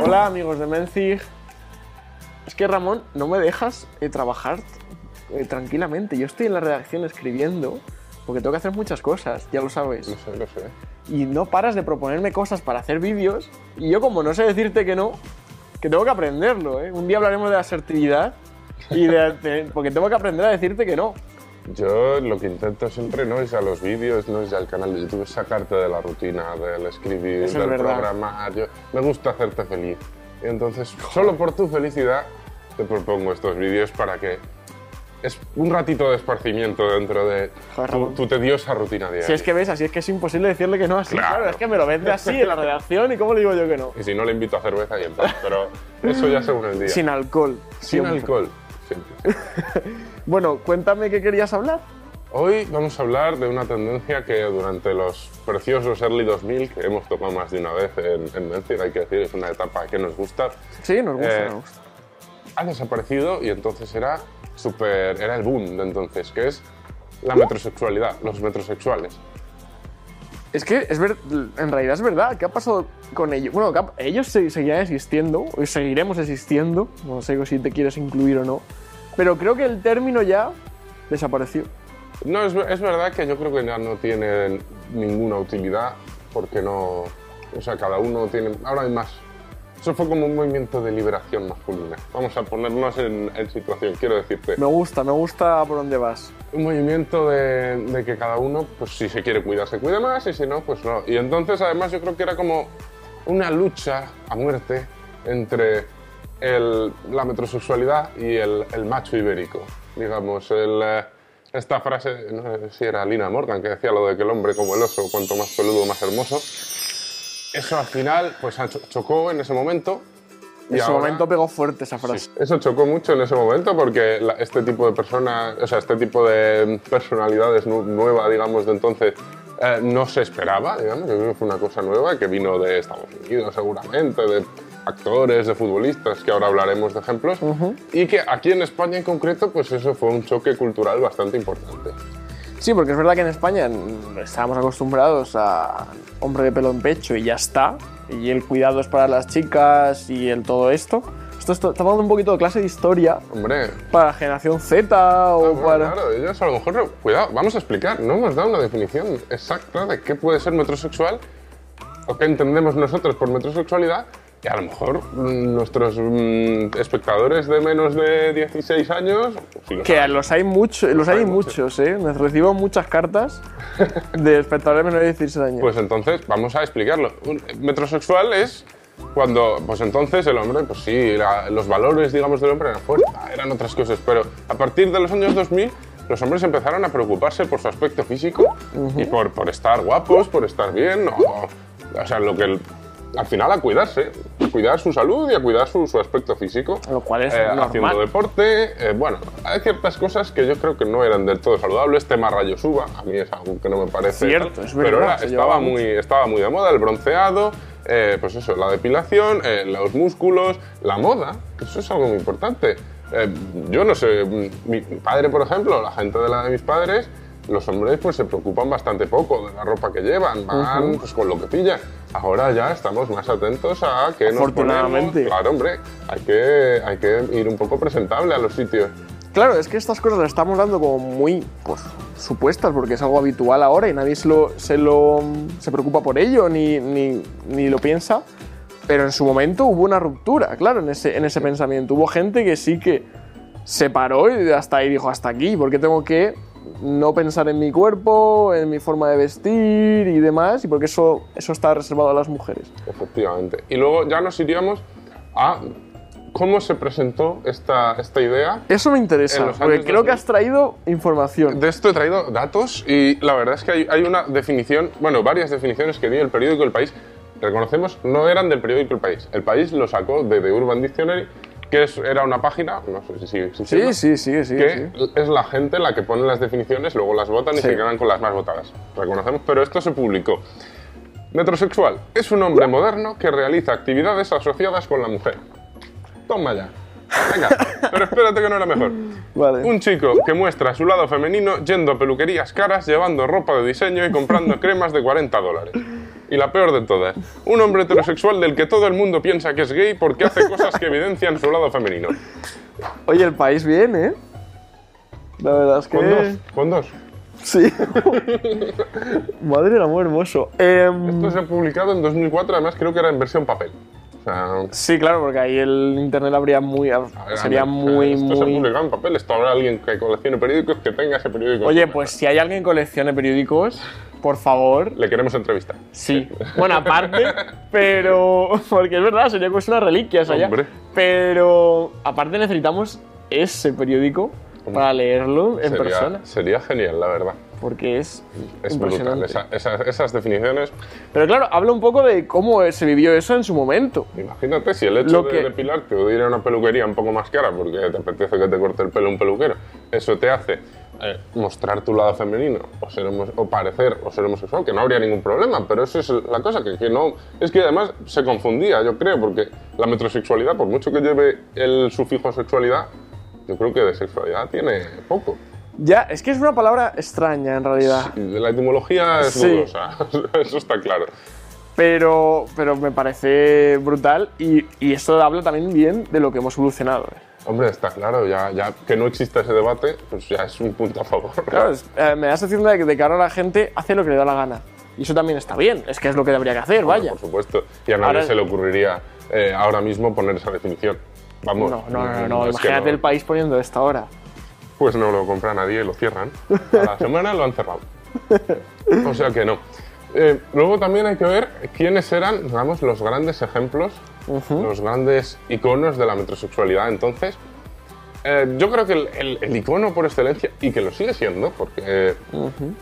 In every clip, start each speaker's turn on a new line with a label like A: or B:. A: Hola, amigos de Menzig. Es que Ramón, no me dejas eh, trabajar eh, tranquilamente. Yo estoy en la redacción escribiendo porque tengo que hacer muchas cosas, ya lo sabes.
B: Lo sé, lo sé.
A: Y no paras de proponerme cosas para hacer vídeos. Y yo, como no sé decirte que no, que tengo que aprenderlo. ¿eh? Un día hablaremos de la asertividad y de- de- porque tengo que aprender a decirte que no.
B: Yo lo que intento siempre no es a los vídeos, no es al canal de YouTube, es sacarte de la rutina, del escribir,
A: Eso es
B: del
A: verdad.
B: programa. Yo- me gusta hacerte feliz. Y entonces, solo por tu felicidad, te propongo estos vídeos para que es un ratito de esparcimiento dentro de
A: Joder,
B: tu,
A: Ramón.
B: tu tediosa rutina diaria.
A: Si es que ves, así es que es imposible decirle que no así. Claro,
B: Claro.
A: es que me lo vende así en la redacción y cómo le digo yo que no.
B: Y si no, le invito a cerveza y en paz, pero eso ya según el día.
A: Sin alcohol.
B: Sin
A: siempre.
B: alcohol. siempre.
A: Bueno, cuéntame qué querías hablar.
B: Hoy vamos a hablar de una tendencia que durante los preciosos early 2000, que hemos tocado más de una vez en, en Menzies, hay que decir, es una etapa que nos gusta,
A: Sí, nos gusta,
B: Eh,
A: nos gusta.
B: ha desaparecido y entonces era súper, era el boom de entonces, que es la metrosexualidad, los metrosexuales.
A: Es que es ver, en realidad es verdad. ¿Qué ha pasado con ellos? Bueno, que ha- ellos se- seguirán existiendo, o seguiremos existiendo. No sé si te quieres incluir o no. Pero creo que el término ya desapareció.
B: No, es, es verdad que yo creo que ya no tienen ninguna utilidad porque no, o sea, cada uno tiene, ahora hay más. Eso fue como un movimiento de liberación masculina. Vamos a ponernos en, en situación, quiero decirte.
A: Me gusta, me gusta por dónde vas.
B: un movimiento de, de que cada uno, pues si se quiere cuidar, se cuida más y si no, pues no. Y entonces, además, yo creo que era como una lucha a muerte entre el- la metrosexualidad y el, el macho ibérico. Digamos, el, eh, esta frase, no sé si era Lina Morgan, que decía lo de que el hombre como el oso, cuanto más peludo, más hermoso. Eso al final, pues cho- chocó en ese momento.
A: En
B: y
A: su
B: ahora-
A: momento pegó fuerte esa frase.
B: eso chocó mucho en ese momento porque la- este tipo de personas, o sea, este tipo de personalidades nu- nueva, digamos, de entonces, eh, no se esperaba, digamos. Yo creo que fue una cosa nueva que vino de Estados Unidos, seguramente, de actores, de futbolistas, que ahora hablaremos de ejemplos. Y que aquí en España en concreto, pues eso fue un choque cultural bastante importante.
A: Sí, porque es verdad que en España mm, estábamos acostumbrados a hombre de pelo en pecho y ya está. Y el cuidado es para las chicas y el todo esto. Esto está está dando un poquito de clase de historia
B: Hombre.
A: para la generación Z o
B: ah, bueno,
A: para.
B: Claro, ellos a lo mejor, no- cuidado, vamos a explicar, no hemos dado una definición exacta de qué puede ser metrosexual o qué entendemos nosotros por metrosexualidad. Y a lo mejor mm, nuestros mm, espectadores de menos de 16 años. pues, sí lo
A: Que los hay muchos, los hay
B: hay
A: muchos, ¿eh? Nos recibo muchas cartas de espectadores menores de 16 años.
B: Pues entonces vamos a explicarlo. Un metrosexual es cuando, pues entonces el hombre, pues sí, la- los valores, digamos, del hombre eran fuerza, eran otras cosas, pero a partir de los años 2000 los hombres empezaron a preocuparse por su aspecto físico y por, por estar guapos, por estar bien, o, o sea, lo que el- al final a cuidarse, a cuidar su salud y a cuidar su, su aspecto físico.
A: Lo cual es normal.
B: Eh, Haciendo deporte, eh, bueno, hay ciertas cosas que yo creo que no eran del todo saludables, tema rayos uva, a mí es algo que no me parece
A: Cierto, es
B: pero
A: verdad,
B: era-
A: se llevaba
B: estaba,
A: mucho.
B: muy, estaba muy de moda el bronceado, eh, pues eso, la depilación, eh, los músculos, la moda, que eso es algo muy importante. Eh, yo no sé, mm, mi mi padre, por ejemplo, la gente de la de mis padres, los hombres pues se preocupan bastante poco de la ropa que llevan, van pues, con lo que pillan. Ahora ya estamos más atentos a que nos
A: Afortunadamente.
B: ponemos. Claro, hombre, hay que, hay que ir un poco presentable a los sitios.
A: Claro, es que estas cosas las estamos dando como muy pues, supuestas porque es algo habitual ahora y nadie se, lo, se, lo, se preocupa por ello ni, ni, ni lo piensa. Pero en su momento hubo una ruptura, claro, en ese, en ese pensamiento. Hubo gente que sí que se paró y hasta ahí dijo, hasta aquí, porque tengo que no pensar en mi cuerpo, en mi forma de vestir y demás, y porque eso, eso está reservado a las mujeres.
B: Efectivamente. Y luego ya nos iríamos a cómo se presentó esta, esta idea.
A: Eso me
B: En
A: interesa,
B: los
A: porque
B: años
A: creo que
B: 2000.
A: has traído información.
B: De esto he traído datos y la verdad es que hay, hay una definición, bueno, varias definiciones que dio el periódico El País. Reconocemos, no eran del periódico El País. El País lo sacó de The Urban Dictionary, que es- era una página, no sé si sigue existiendo,
A: Sí, sí, sí, sí. sí.
B: que es la gente la que pone las definiciones, luego las votan y
A: Sí.
B: se quedan con las más votadas. Reconocemos, pero esto se publicó. Metrosexual es un hombre moderno que realiza actividades asociadas con la mujer. Toma ya. Venga, pero espérate que no era mejor.
A: Vale.
B: Un chico que muestra su lado femenino yendo a peluquerías caras, llevando ropa de diseño y comprando cremas de 40 dólares. y la peor de todas. Un hombre heterosexual del que todo el mundo piensa que es gay porque hace cosas que evidencian su lado femenino.
A: Oye, el país bien, ¿eh? La verdad es que.
B: Con dos, con dos.
A: Sí. Madre del amor hermoso. Em,
B: Esto se ha publicado en 2004, además creo que era en versión papel. O sea,
A: sí, claro, porque ahí el internet habría muy. sería
B: o sea,
A: muy,
B: esto se ha
A: muy.
B: publicado en papel, esto habrá alguien que coleccione periódicos que tenga ese periódico.
A: Oye, pues si hay alguien que coleccione periódicos, por favor,
B: Le queremos entrevistar.
A: Sí, bueno, aparte, pero. Porque es verdad, sería cosa una reliquia esa ya.
B: Hombre.
A: Pero aparte necesitamos ese periódico para leerlo en
B: Sería-
A: persona,
B: Sería genial, la verdad.
A: porque es,
B: Es brutal.
A: impresionante.
B: Esa- esas, esas definiciones,
A: Pero claro, habla un poco de cómo se vivió eso en su momento.
B: imagínate si el
A: Lo
B: hecho de
A: que-
B: depilarte o de ir a una peluquería un poco más cara porque te apetece que te corte el pelo un peluquero, eso te hace eh, mostrar tu lado femenino o, ser homo- o parecer o ser homosexual, que no habría ningún problema, pero eso es la cosa, que, que no... Es que además se confundía, yo creo, porque la metrosexualidad, por mucho que lleve el sufijo sexualidad, yo creo que de sexualidad tiene poco.
A: Ya, es que es una palabra extraña en realidad,
B: Y de La etimología es
A: Ah. Sí.
B: dudosa, eso está claro.
A: pero, pero me parece brutal y, y esto habla también bien de lo que hemos evolucionado. ¿eh?
B: Hombre, está claro, ya, ya que no exista ese debate, pues ya es un punto a favor.
A: Claro, es- eh, me da la sensación de que, de que ahora la gente hace lo que le da la gana. Y eso también está bien, es que es lo que debería que hacer, vaya.
B: Por supuesto. Y a nadie
A: Ahora-
B: se le ocurriría eh, ahora mismo poner esa definición. Vamos.
A: No, no, no, no,
B: es que
A: imagínate
B: no.
A: el país poniendo esta ahora.
B: Pues no lo compra nadie, lo cierran. A la semana lo han cerrado. O sea que no. Eh, luego también hay que ver quiénes eran, digamos, los grandes ejemplos, los grandes iconos de la metrosexualidad. Entonces, Eh, yo creo que el, el- el icono por excelencia, y que lo sigue siendo, porque eh,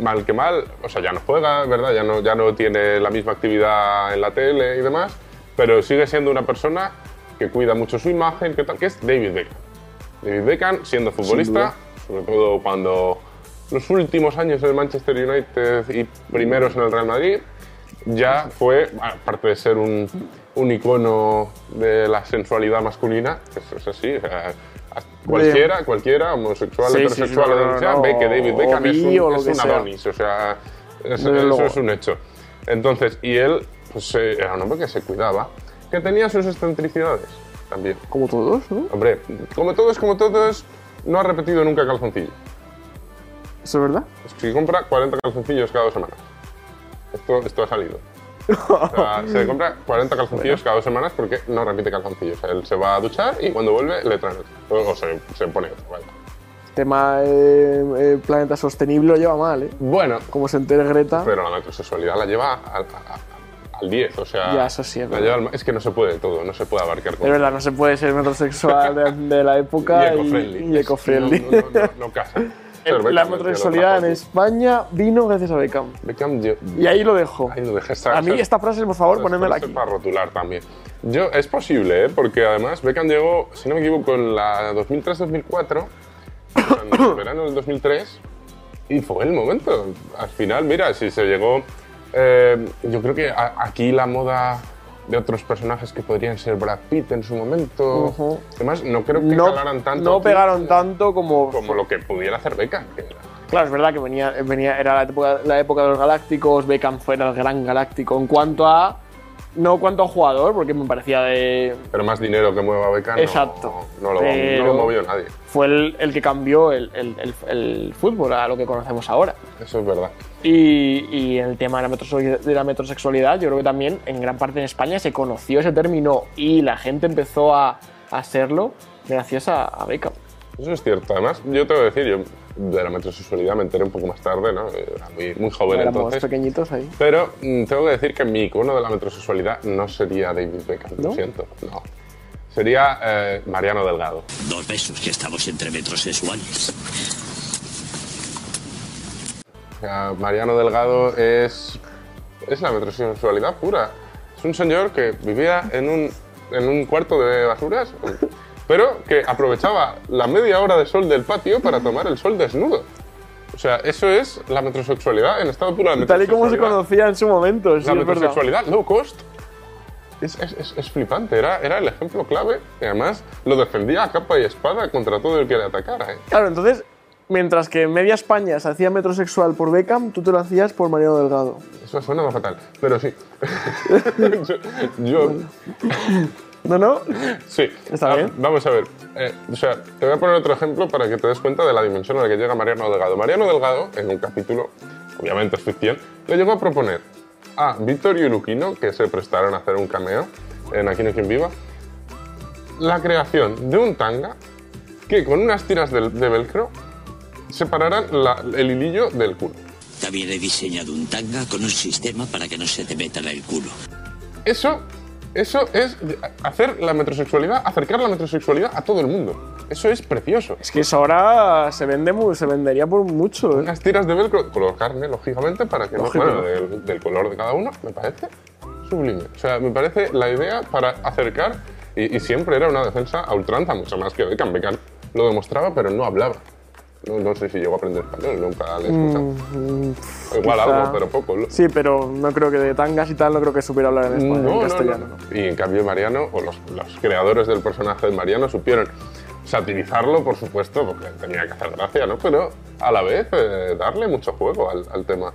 B: mal que mal, o sea, ya no juega, ¿verdad? Ya no, ya no tiene la misma actividad en la tele y demás, pero sigue siendo una persona que cuida mucho su imagen, que tal, que es David Beckham. David Beckham, siendo futbolista,
A: duda.
B: sobre todo cuando los últimos años en el Manchester United y primeros en el Real Madrid, ya fue, aparte de ser un, un icono de la sensualidad masculina, eso es así, o sea, a- cualquiera, cualquiera, homosexual,
A: Sí, sí,
B: heterosexual,
A: sí, no,
B: o lo que
A: no,
B: sea,
A: no,
B: ve que David
A: o
B: Beckham es
A: bi o
B: un,
A: lo
B: es
A: que
B: un
A: sea.
B: Adonis, o sea, es-
A: Desde
B: eso
A: luego.
B: es un hecho. Entonces, y él pues, eh, era un hombre que se cuidaba, que tenía sus excentricidades también.
A: Como todos, ¿no?
B: Hombre, como todos, como todos, no ha repetido nunca calzoncillo.
A: ¿Eso es verdad?
B: Si compra 40 calzoncillos cada dos semanas. Esto, esto ha salido. O sea, se compra 40 calzoncillos cada dos semanas porque no repite calzoncillos. Él se va a duchar y cuando vuelve le traen otro. O, o se, se pone otro. vaya.
A: Tema eh, eh, planeta sostenible lo lleva mal, ¿eh?
B: Bueno,
A: Como se entere Greta.
B: pero la metrosexualidad la lleva al, a- a- al 10. O sea,
A: Ya, eso sí, es
B: la
A: verdad.
B: lleva al ma- es que no se puede todo, no se puede abarcar
A: de
B: con
A: verdad, no se puede ser metrosexual de, de la época y, y
B: Es-
A: ecofriendly.
B: No, no, no, no casa. Ser
A: la
B: Beckham, el que lo
A: metrosexualidad en
B: trajo.
A: España vino gracias a Beckham.
B: Beckham, yo-
A: Y ahí lo dejo.
B: Ay, no dejes
A: A mí esta frase, por favor, ponémela
B: Esto
A: aquí.
B: Para rotular también. Yo, es posible, ¿eh? porque además Beckham llegó, si no me equivoco, en la 2003-2004, en el verano del 2003, y fue el momento. Al final, mira, si se llegó. eh, yo creo que a- aquí la moda de otros personajes que podrían ser Brad Pitt en su momento.
A: Ujú.
B: Además, no creo que
A: No,
B: calaran tanto.
A: no
B: aquí
A: pegaron tanto como.
B: Como lo que pudiera hacer Beckham. que era-
A: Claro, es verdad que venía, venía era la época, la época de los galácticos, Beckham fue el gran galáctico. En cuanto a. No cuanto a jugador, porque me parecía de.
B: Pero más dinero que mueva Beckham. no-
A: Exacto.
B: No, lo, no
A: Pero-
B: lo movió nadie.
A: Fue el, el que cambió el, el- el- el fútbol a lo que conocemos ahora.
B: Eso es verdad.
A: Y, y el tema de la, metrosexualidad, de la metrosexualidad, yo creo que también en gran parte en España se conoció ese término y la gente empezó a, a hacerlo gracias a, a Beckham.
B: Eso es cierto. Además, yo tengo que decir, yo de la metrosexualidad me enteré un poco más tarde, ¿no? Eh, Era muy, muy joven
A: Éramos
B: Pues entonces.
A: pequeñitos ahí.
B: Pero mm, tengo que decir que mi icono de la metrosexualidad no sería David Beckham, lo
A: ¿No?
B: siento. No. Sería eh, Mariano Delgado.
C: Dos besos que estamos entre metrosexuales.
B: O sea, Mariano Delgado es, es la metrosexualidad pura. Es un señor que vivía en un, en un cuarto de basuras, pero que aprovechaba la media hora de sol del patio para tomar el sol desnudo. O sea, eso es la metrosexualidad en estado puro. la
A: Tal y como se
B: metrosexualidad.
A: conocía en su momento, sí,
B: La
A: es verdad.
B: metrosexualidad low cost es, es- es- es flipante, era, era el ejemplo clave y además lo defendía a capa y espada contra todo el que le atacara. ¿eh?
A: Claro, entonces Mientras que en media España se hacía metrosexual por Beckham, tú te lo hacías por Mariano Delgado.
B: Eso suena más fatal, pero sí. yo, yo-
A: ¿No, no?
B: sí.
A: Está
B: Ah,
A: bien.
B: Vamos a ver. eh, o sea, te voy a poner otro ejemplo para que te des cuenta de la dimensión a la que llega Mariano Delgado. Mariano Delgado, en un capítulo, obviamente es ficción, le llegó a proponer a Vittorio Luquino, que se prestaron a hacer un cameo en Aquí no hay quien viva, la creación de un tanga que con unas tiras del- de, velcro separaran la- el hilillo del culo.
C: También he diseñado un tanga con un sistema para que no se te meta en el culo.
B: Eso, eso es hacer la metrosexualidad, acercar la metrosexualidad a todo el mundo. Eso es precioso.
A: Es que eso ahora se, vende, mu- se vendería por mucho. ¿eh?
B: Unas tiras de velcro, color carne, lógicamente, para que
A: Lógico.
B: no bueno, del, del color de cada uno, me parece sublime. O sea, me parece la idea para acercar, y, y siempre era una defensa a ultranza, mucho más que Beckham. Beckham lo demostraba, pero no hablaba. No, no sé si llegó a aprender español, nunca le he escuchado. Igual
A: Mm, quizá.
B: algo, pero poco. Lo-
A: Sí, pero no creo que de tangas y tal, no creo que supiera hablar en español, en
B: no,
A: castellano.
B: no, no. Y en cambio Mariano, o los, los creadores del personaje de Mariano, supieron satirizarlo, por supuesto, porque tenía que hacer gracia, ¿no? Pero a la vez eh, darle mucho juego al, al tema.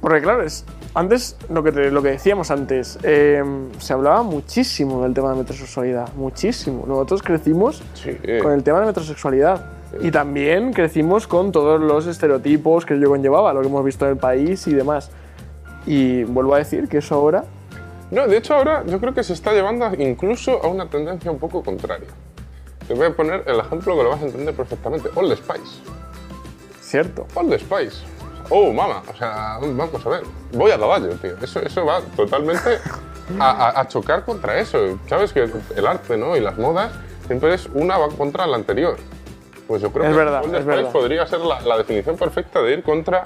A: Porque claro, es, antes lo que, te- lo que decíamos antes, eh, se hablaba muchísimo del tema de metrosexualidad, muchísimo. Nosotros crecimos
B: Sí.
A: con el tema de metrosexualidad y también crecimos con todos los estereotipos que ello conllevaba, lo que hemos visto en el país y demás. Y vuelvo a decir que eso ahora,
B: No, de hecho ahora yo creo que se está llevando incluso a una tendencia un poco contraria. Te voy a poner el ejemplo que lo vas a entender perfectamente. All the Spice.
A: cierto,
B: All the Spice. Oh, mama. O sea, vamos a ver. Voy a caballo, tío. Eso, eso va totalmente a, a- a chocar contra eso. Sabes que el arte, ¿no? Y las modas siempre es una va contra la anterior. Pues yo creo
A: Es
B: que
A: verdad,
B: All the
A: es
B: Spice
A: verdad.
B: podría ser la, la definición perfecta de ir contra.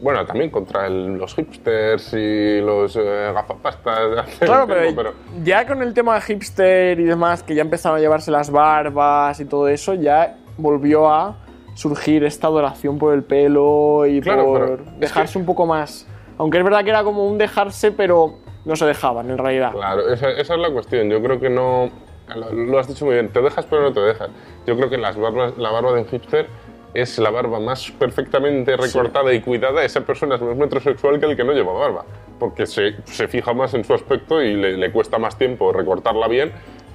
B: Bueno, también contra el- los hipsters y los eh, gafapastas. de hace
A: Claro,
B: tiempo,
A: pero, ya con el tema hipster y demás, que ya empezaron a llevarse las barbas y todo eso, ya volvió a surgir esta adoración por el pelo y
B: Claro, pero
A: por
B: es
A: dejarse
B: que-
A: un poco más. Aunque es verdad que era como un dejarse, pero no se dejaban en realidad.
B: Claro, esa, esa es la cuestión. Yo creo que no. Lo, lo has dicho muy bien, te dejas pero no te dejas. Yo creo que las barbas, la barba de un hipster es la barba más perfectamente recortada y cuidada. Esa persona es más metrosexual que el que no lleva barba. Porque se, se fija más en su aspecto y le, le cuesta más tiempo recortarla bien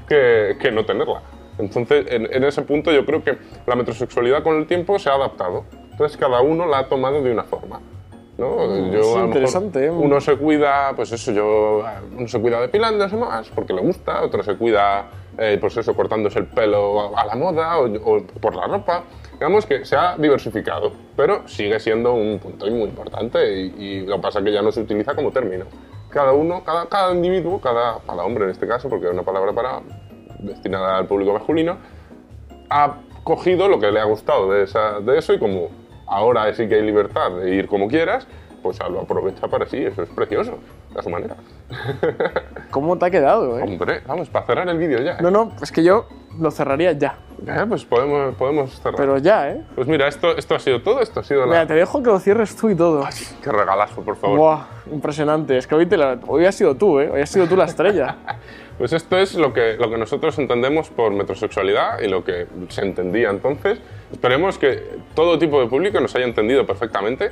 B: que, que no tenerla. Entonces, en, en ese punto, yo creo que la metrosexualidad con el tiempo se ha adaptado. Entonces, cada uno la ha tomado de una forma. ¿no? Yo,
A: es
B: a lo mejor,
A: interesante, ¿eh?
B: uno se cuida, pues eso, yo. Uno se cuida depilándose más porque le gusta, otro se cuida, eh, pues eso, cortándose el pelo a, a la moda o, o por la ropa. Digamos que se ha diversificado, pero sigue siendo un punto muy importante y, y lo que pasa es que ya no se utiliza como término. Cada uno, cada, cada individuo, cada, cada hombre en este caso, porque es una palabra para destinada al público masculino, ha cogido lo que le ha gustado de, esa- de eso y como ahora sí que hay libertad de ir como quieras, pues lo aprovecha para sí, eso es precioso, a su manera.
A: ¿Eh? ¿Cómo te ha quedado, eh?
B: Hombre, vamos, para cerrar el vídeo ya. ¿eh?
A: No, no, es que yo lo cerraría ya.
B: Eh, pues podemos, podemos cerrar.
A: Pero ya, eh.
B: Pues mira, esto, esto ha sido todo, esto ha sido
A: Mira,
B: la...
A: te dejo que lo cierres tú y todo.
B: Qué regalazo, por favor.
A: Buah, impresionante. Es que hoy, te la- hoy has sido tú, eh. Hoy has sido tú la estrella.
B: Pues esto es lo que, lo que nosotros entendemos por metrosexualidad y lo que se entendía entonces. Esperemos que todo tipo de público nos haya entendido perfectamente,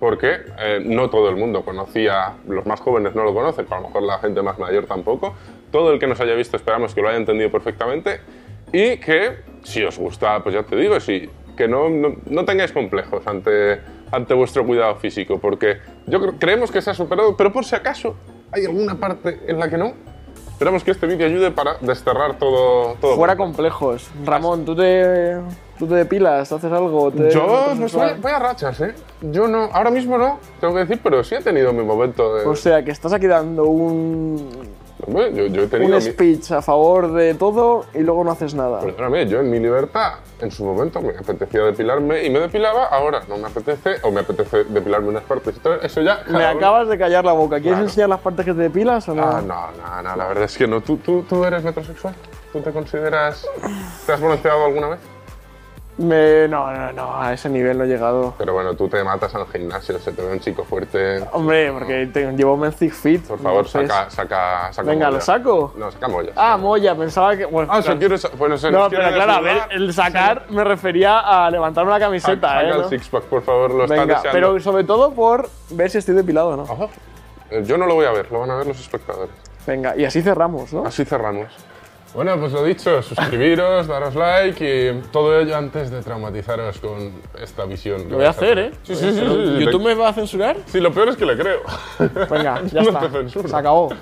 B: porque eh, no todo el mundo conocía, los más jóvenes no lo conocen, pero a lo mejor la gente más mayor tampoco. Todo el que nos haya visto esperamos que lo haya entendido perfectamente y que, si os gusta, pues ya te digo, si, que no, no, no tengáis complejos ante, ante vuestro cuidado físico, porque yo creo- creemos que se ha superado, pero por si acaso hay alguna parte en la que no, Esperamos que este vídeo ayude para desterrar todo. todo
A: Fuera complejos. Ramón, ¿tú te, tú te depilas? ¿Haces algo? ¿Te-
B: Yo
A: te-
B: no soy. Voy a rachas, ¿eh? Yo no. Ahora mismo no, tengo que decir, pero sí he tenido mi momento de.
A: O sea, que estás aquí dando un,
B: Hombre, yo, yo he tenido.
A: un
B: mi- Pues,
A: speech a favor de todo y luego no haces nada.
B: Perdóname, yo en mi libertad, en su momento me apetecía depilarme y me depilaba, ahora no me apetece, o me apetece depilarme unas partes y todo. Eso ya.
A: Me
B: cada uno-
A: acabas de callar la boca. ¿Quieres
B: Claro.
A: enseñar las partes que te depilas o no?
B: Ah, no, no, no, la verdad es que no. ¿Tú, tú, tú eres metrosexual? ¿Tú te consideras. ¿Te has bronceado alguna vez?
A: Me- no, no, no, a ese nivel no he llegado.
B: Pero bueno, tú te matas al gimnasio, se te ve un chico fuerte.
A: Hombre, porque te- llevo Menzic Fit.
B: Por favor,
A: entonces-
B: saca, saca, saca.
A: pues. Venga,
B: molla.
A: ¿lo saco?
B: No, saca molla.
A: Ah, Moya, pensaba que. Bueno,
B: Ah, se
A: claro.
B: quiere. sa- Bueno, se
A: No,
B: nos
A: pero
B: quiere
A: claro, a ver,
B: desnudar.
A: el sacar me refería a levantarme la
B: Saca-
A: camiseta,
B: saca
A: ¿eh?
B: el
A: ¿no?
B: six-pack, por favor, lo están
A: Venga,
B: deseando.
A: pero sobre todo por ver si estoy depilado o no.
B: Ojo. Eh, Yo no lo voy a ver, lo van a ver los espectadores.
A: Venga, y así cerramos, ¿no?
B: Así cerramos. Bueno, pues lo dicho, suscribiros, daros like y todo ello antes de traumatizaros con esta visión.
A: Lo voy a hacer, ¿eh?
B: Sí, sí, sí. sí, sí,
A: ¿YouTube me va a censurar?
B: Sí, lo peor es que le creo.
A: Venga, ya
B: No
A: está.
B: te censuro.
A: Se acabó.